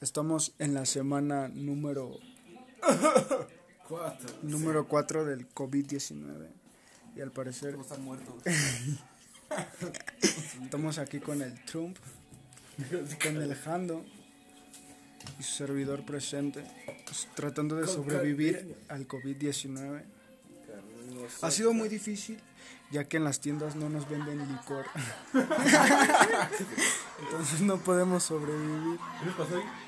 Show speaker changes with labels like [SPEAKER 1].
[SPEAKER 1] Estamos en la semana número
[SPEAKER 2] Cuatro.
[SPEAKER 1] número 4 del COVID-19 y al parecer
[SPEAKER 2] Todos están muertos.
[SPEAKER 1] estamos aquí con el Trump, con el Jando y su servidor presente pues, tratando de
[SPEAKER 2] Con
[SPEAKER 1] sobrevivir
[SPEAKER 2] Carlino.
[SPEAKER 1] al COVID-19.
[SPEAKER 2] Carlos.
[SPEAKER 1] Ha sido muy difícil ya que en las tiendas no nos venden licor. Entonces no podemos sobrevivir.
[SPEAKER 2] ¿Qué les pasó ahí?